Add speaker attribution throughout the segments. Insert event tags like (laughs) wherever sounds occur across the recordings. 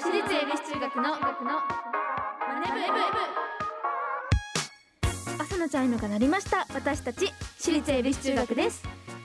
Speaker 1: 私立恵比寿中学の学のマネブ朝のチャイムが鳴りました私たち私立恵比寿中学です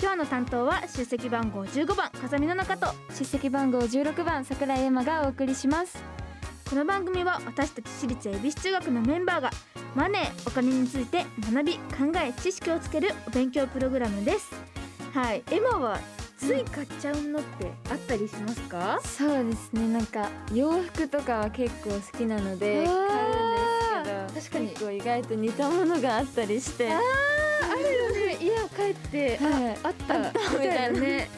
Speaker 1: 今日の担当は出席番号15番風見の中と
Speaker 2: 出席番号16番桜井エマがお送りします
Speaker 1: この番組は私たち私立恵比寿中学のメンバーがマネーお金について学び考え知識をつけるお勉強プログラムですはいエマはつい買っちゃうのってあったりしますか、
Speaker 2: そうですねなんか洋服とかは結構好きなので買うんですけど
Speaker 3: 確かに
Speaker 2: 結構意外と似たものがあったりしては
Speaker 3: あるよね家を帰って
Speaker 2: い
Speaker 3: あったみ
Speaker 2: みたいな
Speaker 3: ね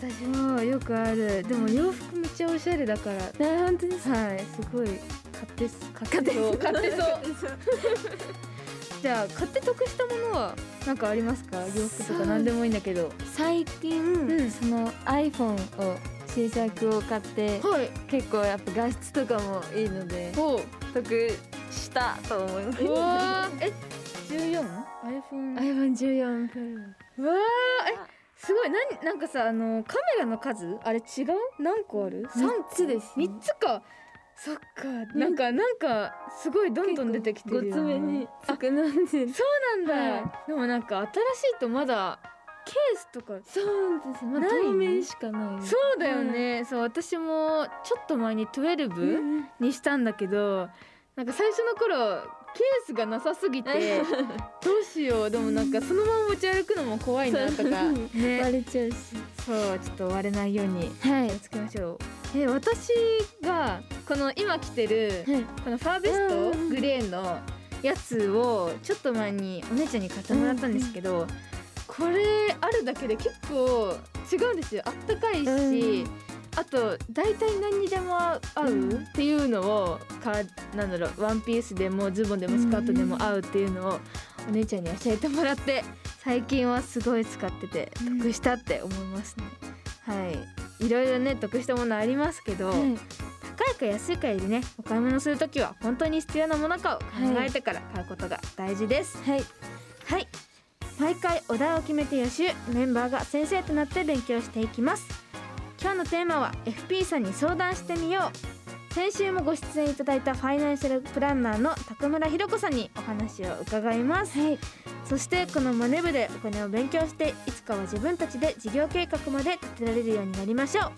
Speaker 3: 私もよくあるでも洋服めっちゃおしゃれだからは
Speaker 2: ね本当です
Speaker 3: いすごい買ってす買ってそう買ってそうじゃあ買って得したものはなんかありますか洋服とか何でもいいんだけど
Speaker 2: 最近、
Speaker 3: ん
Speaker 2: その iPhone を新作を買って
Speaker 3: はい
Speaker 2: 結構やっぱ画質とかもいいので
Speaker 3: ほう
Speaker 2: 得したと思います
Speaker 3: うわ
Speaker 2: (laughs)
Speaker 3: ーえ 14?iPhone
Speaker 2: iPhone14 Pro
Speaker 3: うわーえすごいなんなんかさあのカメラの数あれ違う何個ある
Speaker 2: 三
Speaker 3: 三
Speaker 2: つです
Speaker 3: 三つかそっかなんかなんかすごいどんどん出てきてるよ
Speaker 2: ごつめに少なんでる
Speaker 3: そうなんだ、
Speaker 2: は
Speaker 3: でもなんか新しいとまだケースとか
Speaker 2: そうなんですよ、まあ、
Speaker 3: ないね
Speaker 2: 透明しかない
Speaker 3: そうだよね、そう私もちょっと前に12
Speaker 2: ん
Speaker 3: にしたんだけど、なんか最初の頃ケースがなさすぎ (laughs) てどうしようでもなんかそのまま持ち歩くのも怖いなと
Speaker 2: そ
Speaker 3: か
Speaker 2: う
Speaker 3: ね
Speaker 2: 割れちゃうし
Speaker 3: そうちょっと割れないように
Speaker 2: はい
Speaker 3: 気をつけましょうえ私がこの今着てる
Speaker 2: はい
Speaker 3: このファーベス
Speaker 2: うんうんう
Speaker 3: ト
Speaker 2: ん
Speaker 3: グレーのやつをちょっと前にお姉ちゃんに買ってもらったんですけど、これあるだけで結構違うんですよあったかいし、
Speaker 2: うん
Speaker 3: あと大体何にでも合うっていうのをかなんだろうワンピースでもズボンでもスカートでも合うっていうのをお姉ちゃんに教えてもらって最近はすごい使ってて
Speaker 2: うん
Speaker 3: 得したって思いますね。はいいろいろね得したものありますけど、
Speaker 2: はい
Speaker 3: 高いか安いかよりねお買い物するときは本当に必要なものかを考えてから買うことが大事です
Speaker 2: はい
Speaker 1: はい毎回お題を決めて予習メンバーが先生となって勉強していきます今日のテーマは FP さんに相談してみよう先週もご出演いただいたファイナンシャルプランナーの高村ひろ子さんにお話を伺います、
Speaker 2: はい
Speaker 1: そしてこのマネ部でお金を勉強していつかは自分たちで事業計画まで立てられるようになりましょう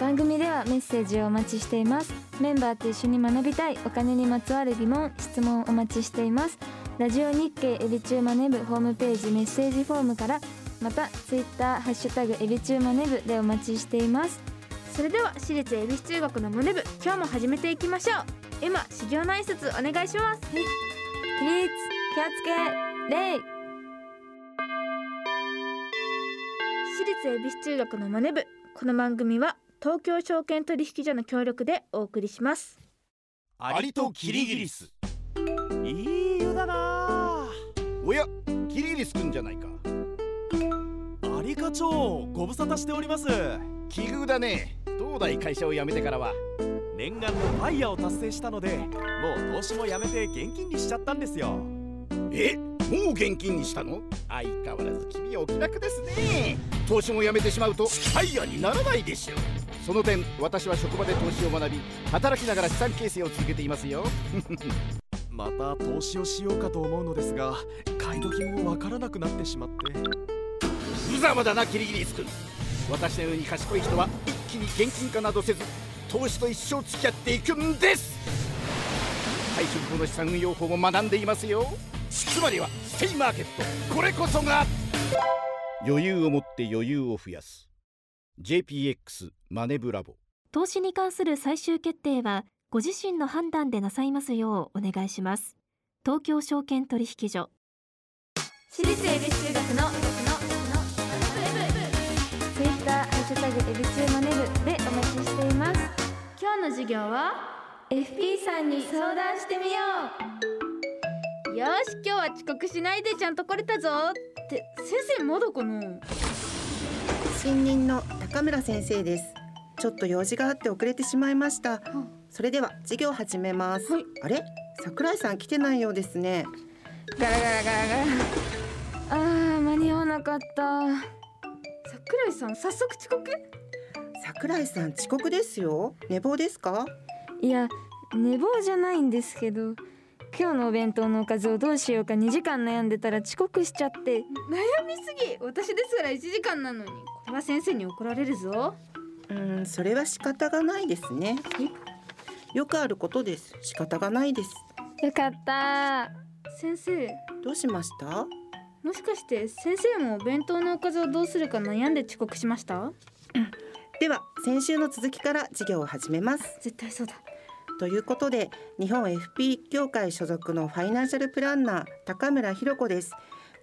Speaker 2: 番組ではメッセージをお待ちしていますメンバーと一緒に学びたいお金にまつわる疑問質問をお待ちしていますラジオ日経エビチューマネブホームページメッセージフォームからまたツイッターハッシュタグエビチューマネブでお待ちしています
Speaker 1: それでは私立恵比寿中学のマネ部今日も始めていきましょう今始業の挨拶お願いします
Speaker 2: 起立気をつけ礼
Speaker 1: 私立恵比寿中学のマネ部この番組は東京証券取引所の協力でお送りします
Speaker 4: アリとキリギリスいい湯だなあ
Speaker 5: おやキリギリスくんじゃないか
Speaker 4: アリ課長ご無沙汰しております
Speaker 5: 奇遇だね東大会社を辞めてからは
Speaker 4: 念願のファイヤーを達成したのでもう投資もやめて現金にしちゃったんですよ
Speaker 5: えもう現金にしたの相変わらず君はお気楽ですね投資も辞めてしまうとファイヤーにならないでしょうその点私は職場で投資を学び働きながら資産形成を続けていますよ
Speaker 4: また投資をしようかと思うのですが買い時もわからなくなってしまって
Speaker 5: 無様だなキリギリスくん私のように賢い人は一気に現金化などせず投資と一生付き合っていくんです退職後の資産運用法も学んでいますよつまりはステイマーケットこれこそが余裕を持って余裕を増やす JPX マネブラボ
Speaker 6: 投資に関する最終決定はご自身の判断でなさいますようお願いします東京証券取引所
Speaker 1: 私立恵比寿中学ののの
Speaker 2: ツイッターハッシュタグエビチューマネブでお待ちしています
Speaker 1: 今日の授業は
Speaker 2: FP さんに相談してみよ
Speaker 1: よし今日は遅刻しないでちゃんと来れたぞって先生まだかな
Speaker 7: 新任の高村先生ですちょっと用事があって遅れてしまいましたそれでは授業始めます、
Speaker 1: はい
Speaker 7: あれ桜井さん来てないようですね
Speaker 3: ガラガラガラガラ
Speaker 2: うあー間に合わなかった
Speaker 1: 桜井さん早速遅刻
Speaker 7: 桜井さん遅刻ですよ寝坊ですか
Speaker 1: いや寝坊じゃないんですけど今日のお弁当のおかずをどうしようか2時間悩んでたら遅刻しちゃって
Speaker 3: 見すぎ私ですら1時間なのにこれは先生に怒られるぞ
Speaker 7: うんそれは仕方がないですねよくあることです仕方がないです
Speaker 1: よかった
Speaker 3: 先生
Speaker 7: どうしました
Speaker 3: もしかして先生もお弁当のおかずをどうするか悩んで遅刻しました
Speaker 7: では先週の続きから授業を始めます
Speaker 3: 絶対そうだ
Speaker 7: ということで日本 FP 協会所属のファイナンシャルプランナー高村博子です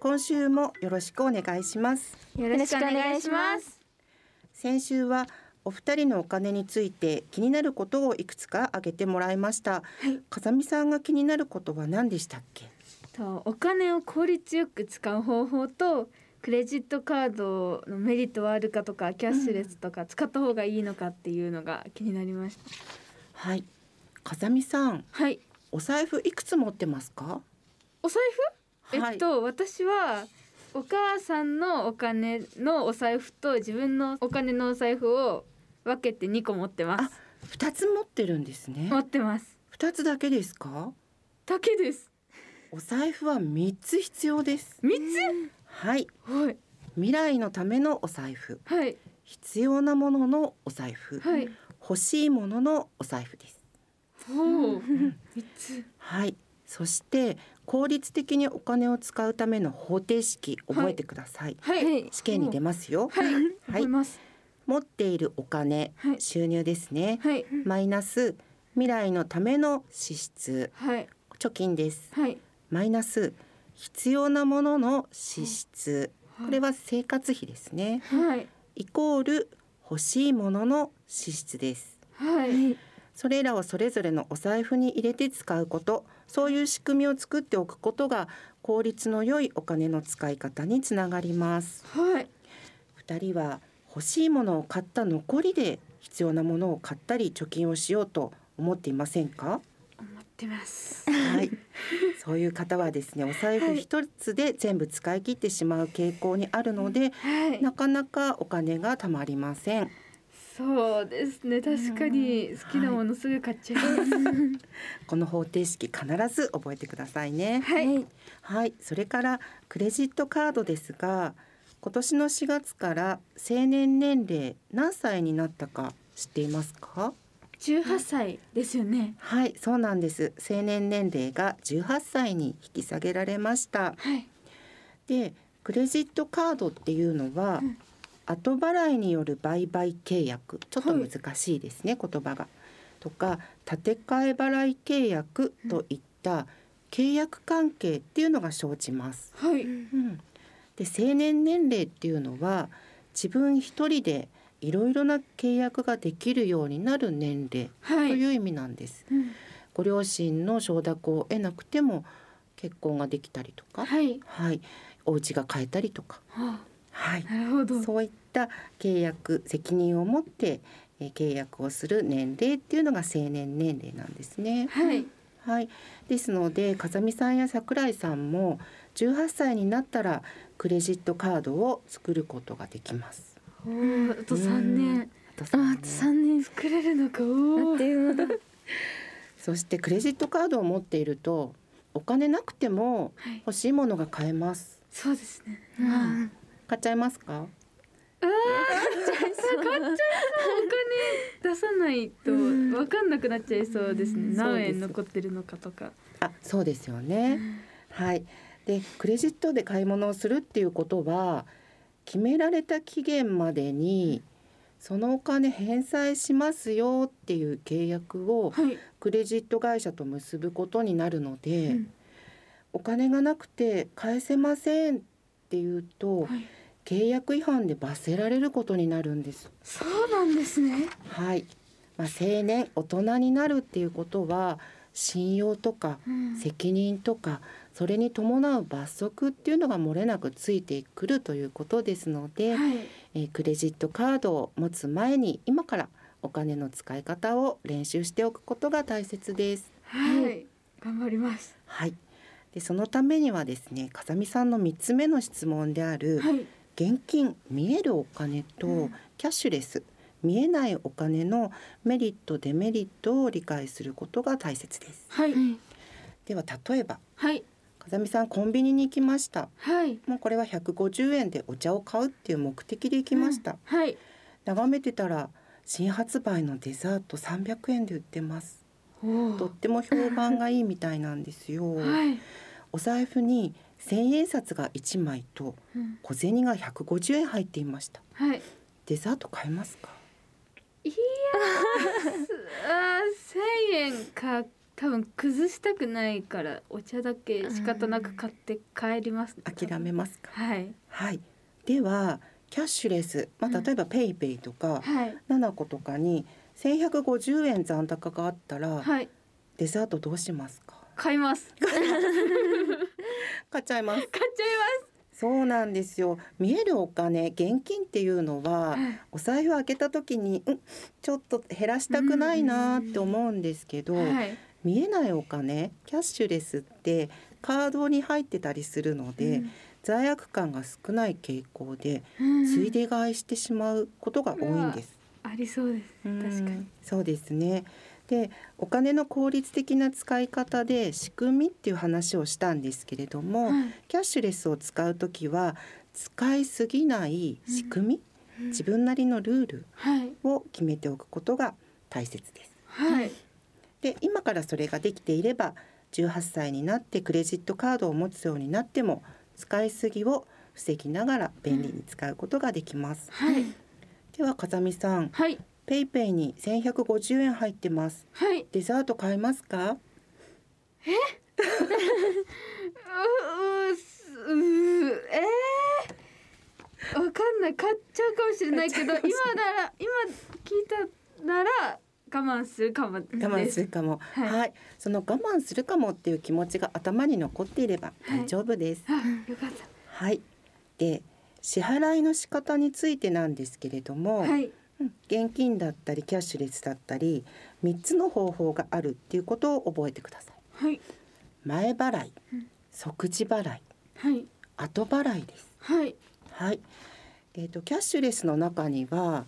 Speaker 7: 今週もよろしくお願いします
Speaker 3: よ
Speaker 1: ろしくお願いします
Speaker 7: 先週はお二人のお金について気になることをいくつか挙げてもらいました、風見さんが気になることは何でしたっけ
Speaker 3: とお金を効率よく使う方法とクレジットカードのメリットはあるかとかキャッシュレスとか使った方がいいのかっていうのが気になりました、
Speaker 7: はい風見さん
Speaker 3: はい
Speaker 7: お財布いくつ持ってますか
Speaker 3: お財布、
Speaker 7: はい
Speaker 3: えっと私はお母さんのお金のお財布と自分のお金のお財布を分けて2個持ってます
Speaker 7: 二つ持ってるんですね
Speaker 3: 持ってます
Speaker 7: 二つだけですか
Speaker 3: だけです
Speaker 7: お財布は三つ必要です
Speaker 3: 三
Speaker 7: はい
Speaker 3: つはい
Speaker 7: 未来のためのお財布
Speaker 3: はい
Speaker 7: 必要なもののお財布、
Speaker 3: はい
Speaker 7: 欲しいもののお財布です
Speaker 3: ほう三つ
Speaker 7: はいそして効率的にお金を使うための方程式覚えてください、
Speaker 3: はい、はい、
Speaker 7: 試験に出ますよ
Speaker 3: はい
Speaker 7: は
Speaker 3: 思
Speaker 7: い
Speaker 3: い、ます
Speaker 7: 持っているお金、
Speaker 3: はい
Speaker 7: 収入ですね
Speaker 3: はい
Speaker 7: マイナス未来のための支出
Speaker 3: はい
Speaker 7: 貯金です
Speaker 3: はい
Speaker 7: マイナス必要なものの支出
Speaker 3: はい
Speaker 7: これは生活費ですね
Speaker 3: はい
Speaker 7: イコール欲しいものの支出です
Speaker 3: はい
Speaker 7: それらをそれぞれのお財布に入れて使うことそういう仕組みを作っておくことが効率の良いお金の使い方につながります
Speaker 3: はい
Speaker 7: 二人は欲しいものを買った残りで必要なものを買ったり貯金をしようと思っていませんか
Speaker 3: 持ってます
Speaker 7: はい、そういう方はですねお財布一つで全部使い切ってしまう傾向にあるので、
Speaker 3: はい
Speaker 7: なかなかお金が貯まりません
Speaker 3: そうですね確かに好きなものすぐ買っちゃいます
Speaker 7: この方程式必ず覚えてくださいね
Speaker 3: はい
Speaker 7: はい、それからクレジットカードですが今年の4月から成年年齢何歳になったか知っていますか
Speaker 3: 十八歳ですよね
Speaker 7: はい、そうなんです成年年齢が18歳に引き下げられました
Speaker 3: はい
Speaker 7: でクレジットカードっていうのは、後払いによる売買契約ちょっと難しいですね、言葉が。とか立て替え払い契約といった契約関係っていうのが生じます。
Speaker 3: はい
Speaker 7: で成年年齢っていうのは自分一人でいろいろな契約ができるようになる年齢
Speaker 3: は
Speaker 7: と
Speaker 3: い
Speaker 7: いう意味なんです。
Speaker 3: うん
Speaker 7: ご両親の承諾を得なくても結婚ができたりとか、
Speaker 3: はい
Speaker 7: はい、お家が買えたりとか、
Speaker 3: あ
Speaker 7: はい、
Speaker 3: なるほど
Speaker 7: そういった契約責任を持ってえー契約をする年齢っていうのが成年年齢なんですね。
Speaker 3: はい
Speaker 7: はい、ですので風見さんや桜井さんも18歳になったらクレジットカードを作ることができます。
Speaker 3: おーあと三年
Speaker 7: あと
Speaker 1: あ
Speaker 7: 三
Speaker 1: と
Speaker 7: 年
Speaker 1: 3年
Speaker 3: 作れるのか
Speaker 1: あ
Speaker 3: お
Speaker 1: っ
Speaker 3: ー
Speaker 1: という間だ
Speaker 7: そしてクレジットカードを持っているとお金なくても
Speaker 3: はい
Speaker 7: 欲しいものが買えます。
Speaker 3: そうですね
Speaker 7: 買っちゃいますか？
Speaker 3: (laughs) 出さないと分かんなくなっちゃいそうですね何円残ってるのかとか
Speaker 7: あ、そうですよね。はい。で、クレジットで買い物をするっていうことは、決められた期限までにそのお金返済しますよっていう契約を
Speaker 3: はい
Speaker 7: クレジット会社と結ぶことになるので、
Speaker 3: うん
Speaker 7: お金がなくて返せませんっていうと、
Speaker 3: はい
Speaker 7: 契約違反で罰せられることになるんです。
Speaker 3: そうなんですね
Speaker 7: はい。まあ、青年大人になるっていうことは信用とか
Speaker 3: うん
Speaker 7: 責任とかそれに伴う罰則っていうのが漏れなくついてくるということですので、
Speaker 3: はい
Speaker 7: えークレジットカードを持つ前に今からお金の使い方を練習しておくことが大切です。
Speaker 3: はい頑張ります
Speaker 7: はい。でそのためにはですね、風見さんの三つ目の質問である
Speaker 3: はい
Speaker 7: 現金見えるお金とキャッシュレス見えないお金のメリットデメリットを理解することが大切です
Speaker 3: はい
Speaker 7: では例えば
Speaker 3: はい
Speaker 7: 風見さんコンビニに行きました
Speaker 3: はい
Speaker 7: もうこれは150円でお茶を買うっていう目的で行きました、
Speaker 3: はい
Speaker 7: 眺めてたら新発売のデザート300円で売ってますとっても評判がいいみたいなんですよ、
Speaker 3: はい
Speaker 7: お財布に千円札が1枚と
Speaker 3: うん
Speaker 7: 小銭が150円入っていました
Speaker 3: はい
Speaker 7: デザート買えますか
Speaker 3: あー1000円か多分崩したくないからお茶だけ仕方なく買って帰りますね
Speaker 7: 諦めますか
Speaker 3: はい
Speaker 7: はいではキャッシュレス、まあ、
Speaker 3: うん
Speaker 7: 例えばペイペイとか、
Speaker 3: はい
Speaker 7: ナナコとかに1150円残高があったら、
Speaker 3: はい
Speaker 7: デザートどうしますか
Speaker 3: 買い
Speaker 7: (laughs)
Speaker 3: ます
Speaker 7: 買っちゃいます
Speaker 3: 買っちゃい
Speaker 7: そうなんですよ見えるお金現金っていうのは
Speaker 3: はい
Speaker 7: お財布開けた時に、うん、ちょっと減らしたくないなって思うんですけど、
Speaker 3: ますはい
Speaker 7: 見えないお金キャッシュレスってカードに入ってたりするので、罪悪感が少ない傾向で、
Speaker 3: うん
Speaker 7: ついで買いしてしまうことが多いんです。
Speaker 3: ありそうです
Speaker 7: うん
Speaker 3: 確かに
Speaker 7: そうですねでお金の効率的な使い方で仕組みっていう話をしたんですけれども、
Speaker 3: はい
Speaker 7: キャッシュレスを使うときは使いすぎない仕組み、自分なりのルール
Speaker 3: はい
Speaker 7: を決めておくことが大切です。
Speaker 3: はい
Speaker 7: で今からそれができていれば18歳になってクレジットカードを持つようになっても使いすぎを防ぎながら便利に使うことができます。
Speaker 3: はい
Speaker 7: では風見さん、
Speaker 3: はい
Speaker 7: ペイペイに1150円入ってます。
Speaker 3: はい
Speaker 7: デザート買いますか？
Speaker 3: ううすうーええわかんない買っちゃうかもしれないけど今なら今聞いたなら我慢するかも我
Speaker 7: 我慢するかも。
Speaker 3: は
Speaker 7: はいい、その我慢するかもっていう気持ちが頭に残っていれば大丈夫です。
Speaker 3: あよかった
Speaker 7: はい。で、支払いの仕方についてなんですけれども、
Speaker 3: はい
Speaker 7: うん現金だったりキャッシュレスだったり、3つの方法があるっていうことを覚えてください。
Speaker 3: はい
Speaker 7: 前払い
Speaker 3: うん、
Speaker 7: 即時払い、
Speaker 3: はい
Speaker 7: 後払いです。
Speaker 3: はい
Speaker 7: はい。えっ、とキャッシュレスの中には、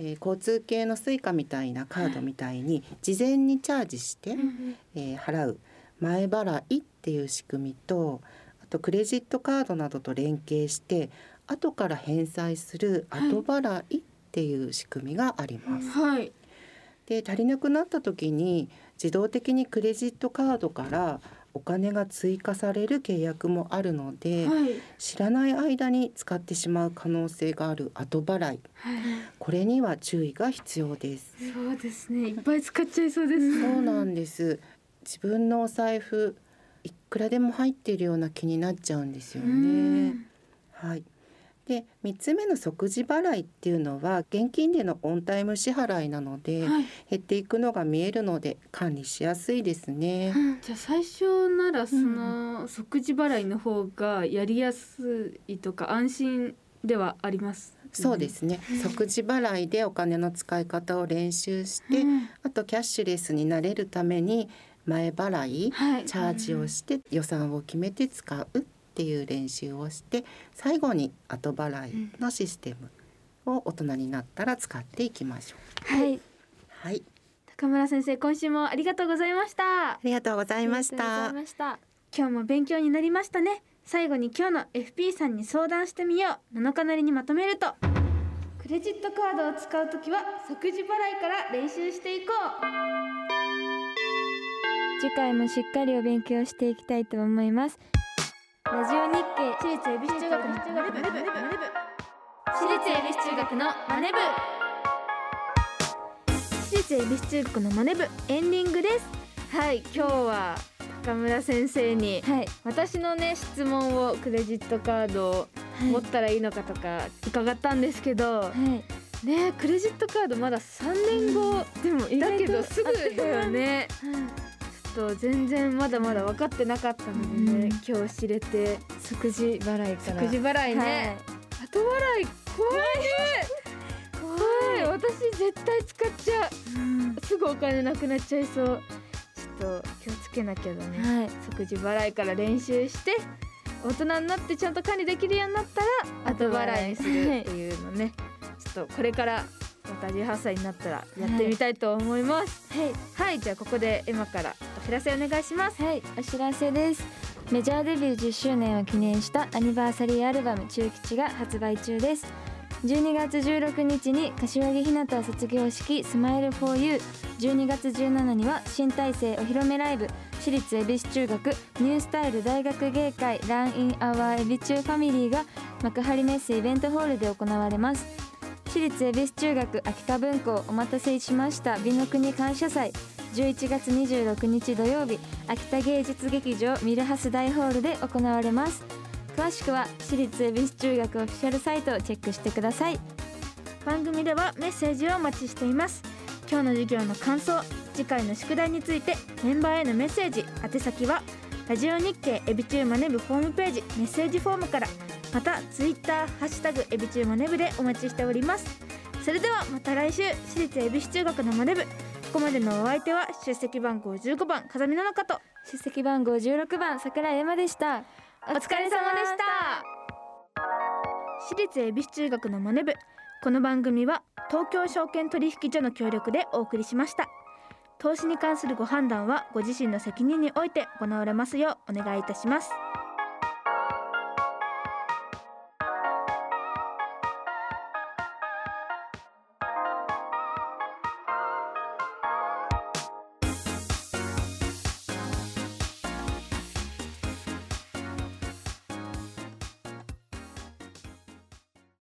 Speaker 7: えー交通系のスイカみたいなカードみたいに事前にチャージして、えー払う前払いっていう仕組みとあとクレジットカードなどと連携して後から返済する後払いっていう仕組みがあります。
Speaker 3: はい
Speaker 7: で足りなくなった時に自動的にクレジットカードからお金が追加される契約もあるので、
Speaker 3: はい
Speaker 7: 知らない間に使ってしまう可能性がある後払い
Speaker 3: はい
Speaker 7: これには注意が必要です
Speaker 3: そうですねいっぱい使っちゃいそうです
Speaker 7: そうなんです自分のお財布いくらでも入っているような気になっちゃうんですよ
Speaker 3: う
Speaker 7: ね
Speaker 3: ん
Speaker 7: はい。で3つ目の即時払いっていうのは現金でのオンタイム支払いなので、
Speaker 3: はい
Speaker 7: 減っていくのが見えるので管理しやすいですね、
Speaker 3: じゃあ最初ならその即時払いの方がやりやすいとか安心ではあります
Speaker 7: そうですね即時払いでお金の使い方を練習して、あとキャッシュレスになれるために前払い、
Speaker 3: はい
Speaker 7: チャージをして予算を決めて使うっていう練習をして最後に後払いのシステムを大人になったら使っていきましょう。
Speaker 1: はい
Speaker 7: はい、
Speaker 3: 高村先生今週もありがとうございました
Speaker 7: ありがとうございまし
Speaker 1: あ
Speaker 7: た
Speaker 1: りがとうござい。ました
Speaker 3: 今日も勉強になりましたね最後に今日の FP さんに相談してみよう7日なりにまとめるとクレジットカードを使うときは即時払いから練習していこ
Speaker 1: 次回もしっかりお勉強していきたいと思いますラジオ日経
Speaker 3: う私立恵比寿中学のマネ部私立恵比寿中学のマネ部私立恵比寿中学のマネ部エンディングですはい今日は高村先生に
Speaker 1: はい
Speaker 3: 私のね質問をクレジットカードを持ったらいいのかとか伺ったんですけど、
Speaker 1: はい
Speaker 3: ねクレジットカードまだ3年後、
Speaker 1: でも
Speaker 3: だけどすぐだよねちょっと全然まだまだ分かってなかったのでね、
Speaker 1: うん
Speaker 3: 今日知れて
Speaker 1: 即時払いから
Speaker 3: くじ払いね、
Speaker 1: はい
Speaker 3: 後払い怖い怖い私絶対使っちゃ
Speaker 1: うん
Speaker 3: うすぐお金なくなっちゃいそうちょっと気をつけなきゃだね、
Speaker 1: はい
Speaker 3: 即時払いから練習して大人になってちゃんと管理できるようになったら後払いにするっていうのねちょっとこれから
Speaker 8: また18歳になったらやってみたいと思います
Speaker 1: はい
Speaker 8: はい、じゃあここでエマからお知らせお願いします
Speaker 1: はい、お知らせです。メジャーデビュー10周年を記念したアニバーサリーアルバム「中吉」が発売中です。12月16日に柏木ひなた卒業式「スマイル 4U12 月17には新体制お披露目ライブ私立恵比寿中学ニュースタイル大学芸会ランインアワー恵比中ファミリーが幕張メッセイベントホールで行われます私立恵比寿中学秋田文庫お待たせしました美の国感謝祭11月26日土曜日秋田芸術劇場ミルハス大ホールで行われます詳しくは私立恵比寿中学オフィシャルサイトをチェックしてください
Speaker 3: 番組ではメッセージをお待ちしています今日の授業の感想次回の宿題についてメンバーへのメッセージ宛先はラジオ日経エビチューマネブホームページメッセージフォームからまたツイッターハッシュタグエビチューマネブでお待ちしておりますそれではまた来週私立恵比寿中学のマネブここまでのお相手は出席番号15番風見奈々香と
Speaker 1: 出席番号16番桜井絵馬でした
Speaker 3: お疲れ様でした私立恵比寿中学のマネ部この番組は東京証券取引所の協力でお送りしました投資に関するご判断はご自身の責任において行われますようお願いいたします